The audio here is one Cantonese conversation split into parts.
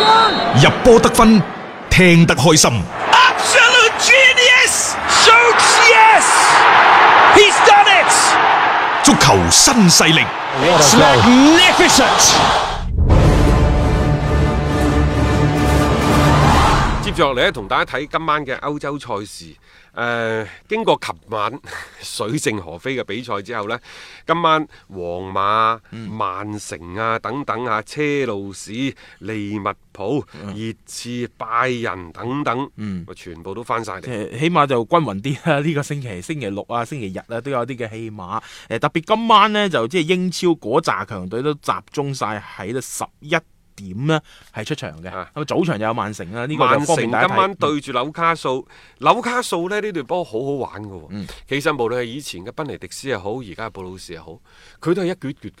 入波得分，聽得開心。 Absolute genius! Shoots yes! He's done it! 足球新勢力， It's magnificent! 接住落嚟咧，同大家睇今晚嘅歐洲賽事。誒、經過琴晚 水靜河飛嘅比賽之後呢，今晚皇馬、曼城啊等等啊，車路士、利物浦、熱刺、拜仁等等，嗯全部都翻晒嚟。誒呃起碼就均勻啲啦。呢、個星期星期六啊、星期日啊都有啲嘅戲碼。誒、特別今晚呢，就即係英超嗰扎強隊都集中晒喺呢十一點呢係出場嘅。咁、啊早場又有曼城啦，呢、個曼就城方便今大家睇嗯晚對住紐卡素，紐卡素咧呢隊波好好玩嘅喎、其實無論係以前嘅賓尼迪斯又好，而家嘅布魯士又好，佢都係一撅撅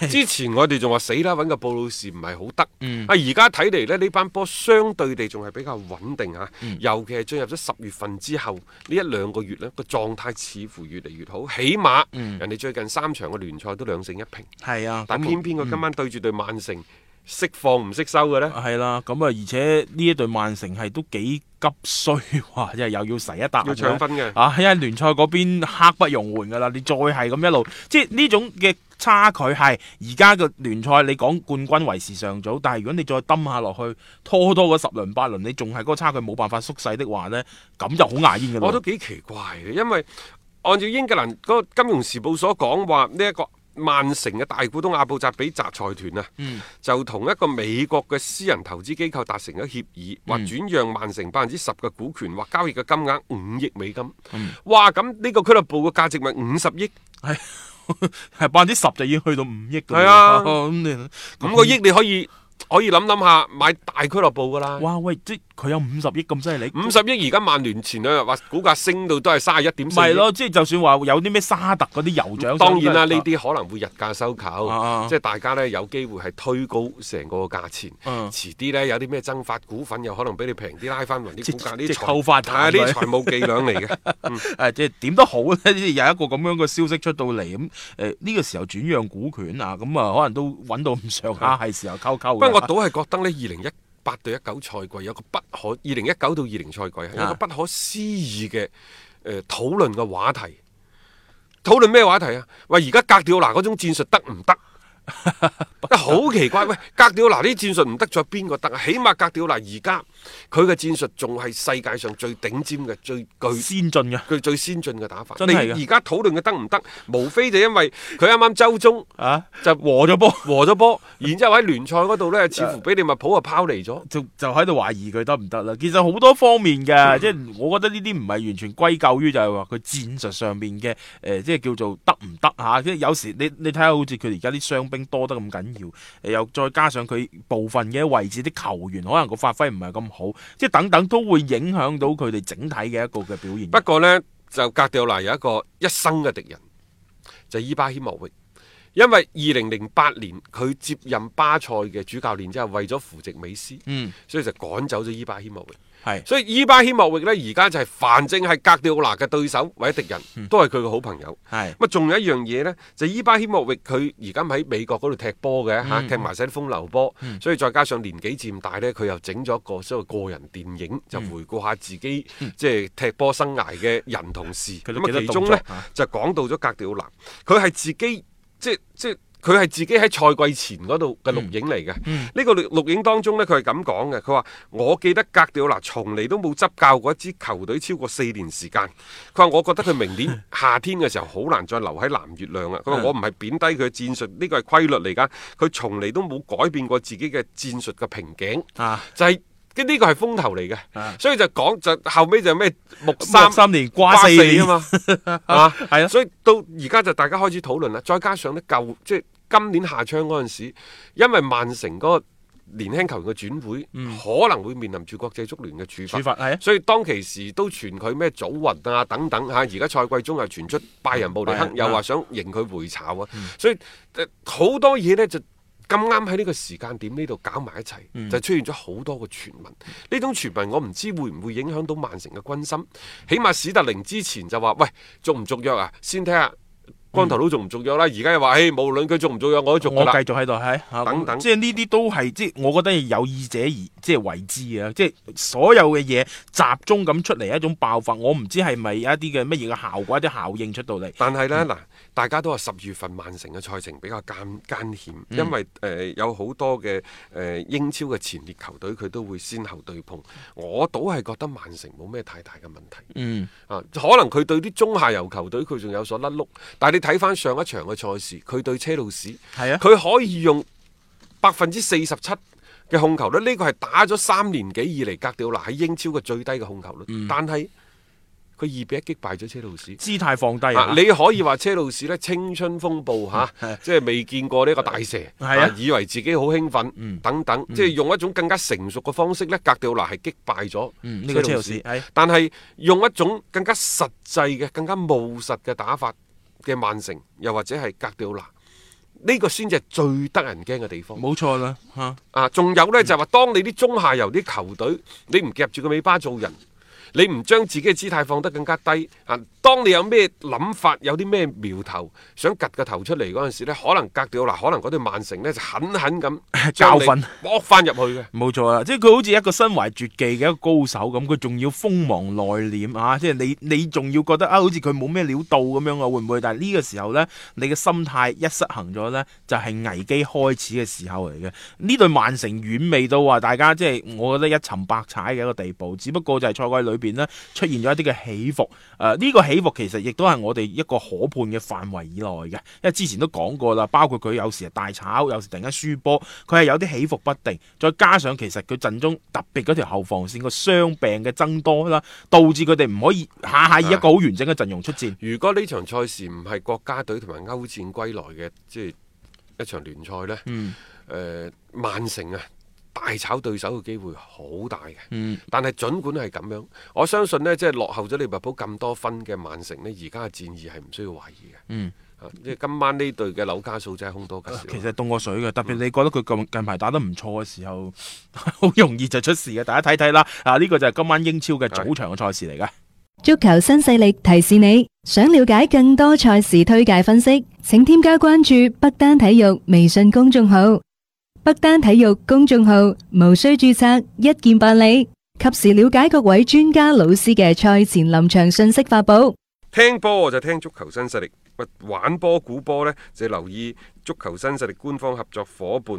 嘅。之前我哋仲話死啦，揾個布魯士唔係好得。嗯啊，而家睇嚟呢，呢班波相對地仲係比較穩定嚇，嗯尤其係進入咗十月份之後呢一兩個月呢，個狀態似乎越嚟越好，起碼嗯人哋最近三場嘅聯賽都兩勝一平，係啊，但咁偏偏佢今晚對住對曼城，識放唔識收嘅呢。係啦，咁啊，而且呢一隊曼城係都幾急需哇， 即係又要洗一啖，要搶分嘅啊，因為聯賽嗰邊刻不容緩噶啦，你再係咁一路，即係呢種嘅差距係而家嘅聯賽，你講冠軍為時尚早，但係如果你再蹲下落去，拖多嗰十輪八輪，你仲係嗰個差距冇辦法縮細的話呢，咁就好牙煙噶啦。我都幾奇怪嘅，因為按照英格蘭嗰個金融時報所講話，呢、一個曼城嘅大股東阿布扎比集財團啊，嗯就同一個美國嘅私人投資機構達成咗協議，話嗯轉讓曼城百分之十嘅股權或交易嘅金額五億美金。嗯哇！咁呢個俱樂部嘅價值咪五十億？係係百分之十就已經去到五億㗎啦係啊咁你五個億你可以可以諗諗下買大俱樂部㗎啦。哇喂，即係佢有五十億咁犀利。五十億而家曼聯前兩日話股價升到都係三十一點四。咪咯，即係就算話有啲咩沙特嗰啲酋長，當然啦，呢啲可能會日價收購，啊啊即係大家呢有機會係推高成個價錢。嗯遲啲呢，有啲咩增發股份，又可能俾你平啲拉翻雲啲股價，即即呢啲財扣法係啊呢彈佢啲財務伎倆嚟嘅。 誒，嗯啊即係點都好咧，即係有一個咁樣嘅消息出到嚟，咁誒呢個時候轉讓股權啊，咁啊可能都揾到咁上下，係時候溝溝嘅。不過我倒係覺得呢，二零一八到一九賽季有個不可，二零一九到二零賽季有個啊不可思議嘅誒、呃、討論嘅話題。討論咩話題啊？喂，而家格調拿嗰種戰術得 唔得？好奇怪，喂，格調拿呢戰術唔得，再邊個得啊？起碼格調拿而家佢嘅戰術仲係世界上最頂尖嘅、最 具先進嘅佢最先進嘅打法。真你係㗎而家討論嘅得唔得？無非就因為佢啱啱周中啊，就和咗波，和咗波，然之後喺聯賽嗰度呢，似乎俾利物浦啊拋離咗。就就喺度懷疑佢得唔得啦。其實好多方面 嘅，即係我覺得呢啲唔係完全歸咎於就係話佢戰術上面嘅誒，即係叫做得唔得嚇。即係有時你你睇下，好似佢而家啲傷兵多得咁緊要，誒又再加上佢部分嘅位置啲球員可能個發揮唔係咁好，即係等等都會影響到佢哋整體嘅一個嘅表現。不過呢，就格調拿有一個一生嘅敵人，就係伊巴謙莫域。因為二零零八年佢接任巴塞嘅主教練之後，為咗扶植美斯，嗯，所以就趕走咗伊巴謙莫域。係。所以伊巴謙莫域呢，而家就係反正係格調拿嘅對手或者敵人，都係佢嘅好朋友。係咁啊，仲有一樣嘢呢，就伊巴謙莫域佢而家咪喺美國嗰度踢波嘅嚇，踢埋晒啲風流波，所以再加上年紀漸大呢，佢又整咗一個所謂個人電影，就回顧下自己即係踢波生涯嘅人同事。佢都幾咁啊，多其中動作呢，嚇就講到咗格調拿，佢係自己即即。佢係自己喺賽季前嗰度嘅錄影嚟嘅，呢、嗯個錄錄影當中呢，佢係咁講嘅。佢話：我記得格調拿從嚟都冇執教過一支球隊超過四年時間。佢話：我覺得佢 明年夏天嘅時候好難再留喺藍月亮啊。佢嗯話：我唔係貶低佢嘅戰術，呢個係規律嚟㗎。佢從嚟都冇改變過自己嘅戰術嘅瓶頸，啊，就係、呢個係風頭嚟嘅，啊所以就講就後尾就咩木三三三年瓜四年啊， 嘛，啊係啊所以到而家就大家開始討論啦。再加上呢舊即係今年夏窗嗰陣時，因為曼城嗰個年輕球員嘅轉會，嗯可能會面臨住國際足聯嘅處處罰。罰係啊，所以當其時都傳佢咩祖雲啊等等嚇，而家賽季中又傳出拜仁慕尼拜黑仁嗯又話想迎佢回巢啊，所以呃好、多嘢呢，就咁啱喺呢個時間點呢度搞埋一齊，嗯就出現咗好多個傳聞。呢種傳聞我唔知會唔會影響到曼城嘅軍心，起碼史特靈之前就話喂續唔續約啊，先睇下。光頭佬仲唔重要啦？而家又話，誒，無論佢重唔重要，我都重我㗎啦繼。續喺度係啊等等即係呢啲都係即係我覺得係有意者而即係為之嘅，即係所有嘅嘢集中咁出嚟一種爆發，我唔知係咪有一啲嘅乜嘢嘅效果，一啲效應出到嚟。但係呢，嗱、大家都話十月份曼城嘅賽程比較艱艱險，因為誒、呃有好多嘅誒、呃英超嘅前列球隊佢都會先後對碰。我倒係覺得曼城冇咩太大嘅問題。嗯，啊，可能佢對啲中下游球隊佢仲有所甩碌，但係你睇翻上一場嘅賽事，佢對車路士，係啊佢可以用百分之四十七嘅控球率，呢、個係打咗三年幾以嚟格調拿喺英超嘅最低嘅控球率，但係佢二比一擊敗咗車路士。姿態放低啊啊！嗯你可以話車路士咧青春風暴嚇， 即係未見過呢個大蛇，係啊嗯以為自己好興奮等等，即係用一種更加成熟嘅方式咧，格調拿係擊敗咗嗯呢個車路士係但係用一種更加實際嘅、更加務實嘅打法嘅曼城，又或者係格調拿。呢個先至係最得人驚嘅地方冇錯啦嚇，啊！仲有呢，就係話，當你啲中下游啲球隊，你唔夾住個尾巴做人，你唔將自己嘅姿態放得更加低啊！當你有咩諗法，有啲咩苗頭，想趌個頭出嚟嗰陣時咧，可能格調拿，可能嗰隊曼城呢，就狠狠咁教訓剝翻入去嘅。冇錯啊啦，即係佢好似一個身懷絕技嘅一個高手咁，佢仲要鋒芒內斂啊！即係你你仲要覺得啊，好似佢冇咩料到咁樣啊，會唔會？但係呢個時候呢，你嘅心態一失衡咗呢，就係、危機開始嘅時候嚟嘅。呢隊曼城遠未到啊話大家即係我覺得一沉百踩嘅一個地步，只不過就係賽季裏邊呢，出現咗一啲嘅起伏。誒、呃呢、個起伏其實亦都係我哋一個可判嘅範圍以內嘅，因為之前都講過啦，包括佢有時係大炒，有時突然間輸波，佢係有啲起伏不定，再加上其實佢陣中特別嗰條後防線個傷病嘅增多啦，導致佢哋唔可以下下以一個好完整嘅陣容出戰。如果呢場賽事唔係國家隊同埋歐戰歸來嘅，即係一場聯賽呢，誒、呃嗯曼城啊，大炒對手嘅機會好大嘅。嗯但係儘管係咁樣，我相信呢，即係落後咗利物浦咁多分嘅曼城呢，而家嘅戰意係唔需要懷疑嘅。嗯啊，即係今晚呢隊嘅紐加素真係凶多吉少。其實凍過水嘅，特別你覺得佢近近排打得唔錯嘅時候， 好容易就出事嘅。大家睇睇啦，啊呢、個就係今晚英超嘅早場嘅賽事嚟嘅。足球新勢力提示你，想了解更多賽事推介分析，請添加關注北單體育微信公眾號。北單體育公眾號無需註冊，一鍵辦理，及時了解各位專家老師嘅賽前臨場信息發布。聽波就聽足球新勢力，喂玩波估波呢，就留意足球新勢力官方合作伙伴。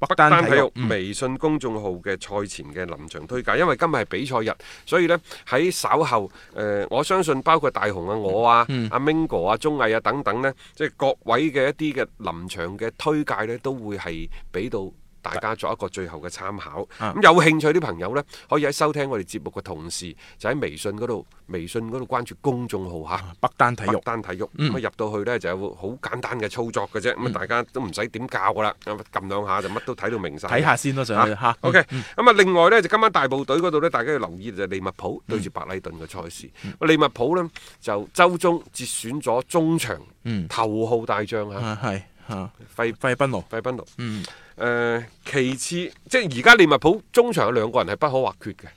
北北單單體體育育嗯微信公眾號嘅賽前嘅臨場推介，因為今日係比賽日，所以呢，喺稍後誒、呃我相信包括大雄啊、我啊、嗯阿 Mingo 啊、鐘毅啊等等呢，即係各位嘅一啲嘅臨場嘅推介呢，都會係俾到。大家作一個最後嘅參考。咁、啊有興趣啲朋友呢，可以喺收聽我哋節目嘅同時，就喺微信嗰度，微信嗰度關注公眾號嚇。北單體北育。嗯單體育咁啊入到去呢，就有好簡單嘅操作嘅啫，咁啊大家都唔使點教噶啦，咁啊撳兩下就乜都睇到明晒。睇下嗯先咯，上去吓。 OK，咁啊，另外呢，就今晚大部隊嗰度呢，大家要留意就係利物浦嗯對住白禮頓嘅賽事。利物浦呢，就周中節選咗中場嗯頭號大將嚇，啊係吓，費費賓奴。費賓奴。嗯，誒，其次即係而家利物浦中場有兩個人係不可或缺嘅。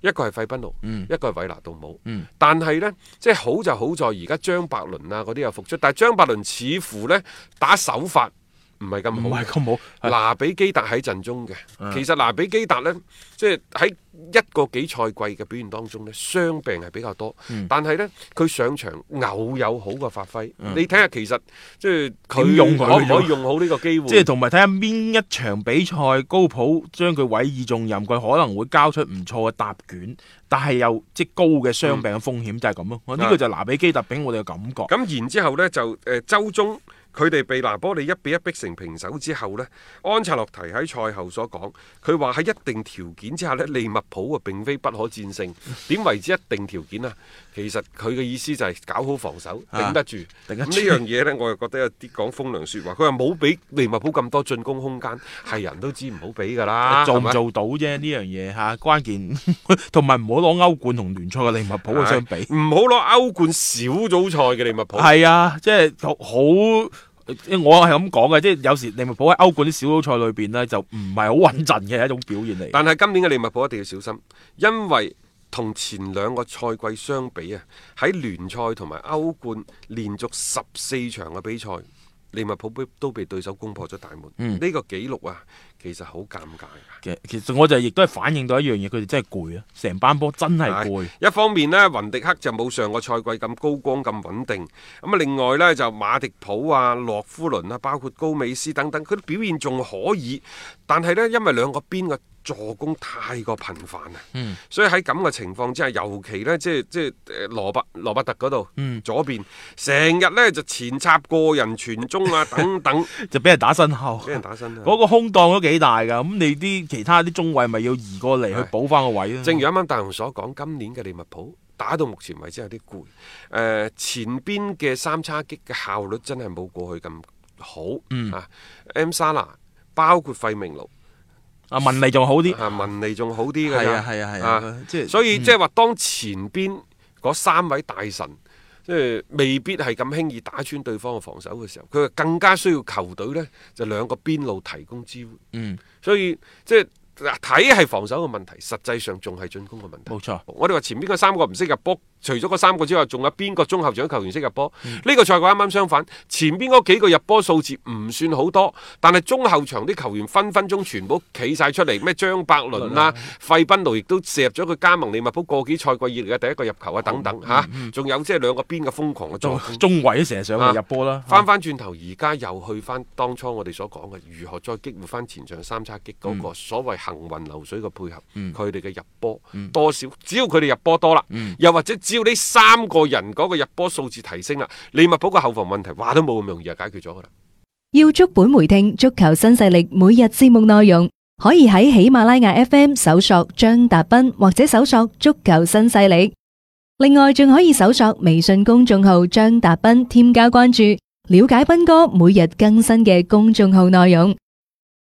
一個係費賓奴，嗯一個係韋拿杜姆，嗯但係呢，即係好就好在而家張伯倫啊嗰啲又復出，但係張伯倫似乎呢，打手法唔係咁唔好，係咁啊好。係拿比基達喺陣中嘅，其實拿比基達呢，即係喺一個幾賽季嘅表現當中呢，傷病係比較多，嗯但係呢，佢上場偶有好嘅發揮。你睇下其實即係嗯點佢用佢可唔啫可以用好呢個機會？即係同埋睇下邊一場比賽，高普將佢委以重任，佢可能會交出唔錯嘅答卷，但係又即係高嘅傷病嘅風險就係咁咯。我呢、個就係拿比基特俾我哋嘅感覺。咁然之後呢，就誒、呃、周中佢哋被拿波利一比一逼成平手之後呢，安察洛提喺賽後所講，佢話喺一定條件之下呢，利物浦啊並非不可戰勝。嗯點為之一定條件啊？其實佢嘅意思就係搞好防守，啊頂得住。頂得咁呢住樣嘢呢，我又覺得有啲講風涼説話。佢話冇俾利物浦咁多進攻空間，係人都知唔好俾㗎 啦，做啊係唔咪做到啫？呢樣嘢吓，關鍵 同埋唔好攞歐冠同聯賽嘅利物浦去相比。唔好攞歐冠小組賽嘅利物啊浦。係啊，即係好好。我係咁講嘅，即係有時利物浦喺歐冠啲小組賽裏邊呢，就唔係好穩陣嘅一種表現嚟。但係今年嘅利物浦一定要小心，因為同前兩個賽季相比啊，喺聯賽同埋歐冠連續十四場嘅比賽，利物浦都都被對手攻破咗大門。呢、嗯個紀錄啊，其實好尷尬啊㗎。其其實我就亦都係反映到一樣嘢，佢哋真係攰啊！成班波真係攰，啊一方面呢，雲迪克就冇上個賽季咁高光咁穩定。咁啊，另外呢，就馬迪普啊、洛夫倫啊，包括高美斯等等，佢哋表現仲可以，但係呢，因為兩個邊嘅助攻太過頻繁啊，嗯所以喺咁嘅情況之下，尤其呢，即係即係誒羅伯羅伯特嗰度、嗯左邊，成日呢就前插個人傳中啊等等，就俾人打身後，俾人打身啊。 嗰個空檔都幾大㗎。咁你啲其他啲中衞咪要移過嚟去係補翻個位啊？正如啱啱大雄所講，今年嘅利物浦打到目前為止有啲攰，誒、前邊嘅三叉戟嘅效率真係冇過去咁好，嗯啊，M 沙拿包括費明奴阿文利仲好啲，啊，文尼仲好啲㗎係咋啊係啊係啊，即係所以即係話當前邊嗰三位大神。即係未必係咁輕易打穿對方嘅防守嘅時候，佢更加需要球隊呢，就兩個邊路提供支援。嗯所以即係睇係防守嘅問題，實際上仲係進攻嘅問題。冇錯。我哋話前邊嗰三個唔識入波，除咗嗰三個之外，仲有邊個中後場球員識入波？呢、個賽季啱啱相反，前邊嗰幾個入波數字唔算好多，但係中後場啲球員分分鐘全部企晒出嚟，咩張伯倫啦、費賓奴亦都射入咗佢加盟利物浦個幾賽季以嚟嘅第一個入球啊，等等嚇，仲、有即係兩個邊嘅瘋狂嘅助嗯中中攻。衞都成日上啊嚟入波啦，翻翻轉頭，而家又去翻當初我哋所講嘅，如何再激活翻前場三叉戟嗰個所謂行雲流水嘅配合，佢哋嘅入波多少，只要佢哋入波多啦，嗯又或者只要呢三個人嗰個入波數字提升啦，利物浦嘅後防問題話都冇咁容易就啊解決咗㗎啦。要足本回聽足球新勢力每日節目內容，可以喺喜馬拉雅 FM 搜索張達斌或者搜索足球新勢力。另外，仲可以搜索微信公眾號張達斌，添加關注，了解斌哥每日更新嘅公眾號內容。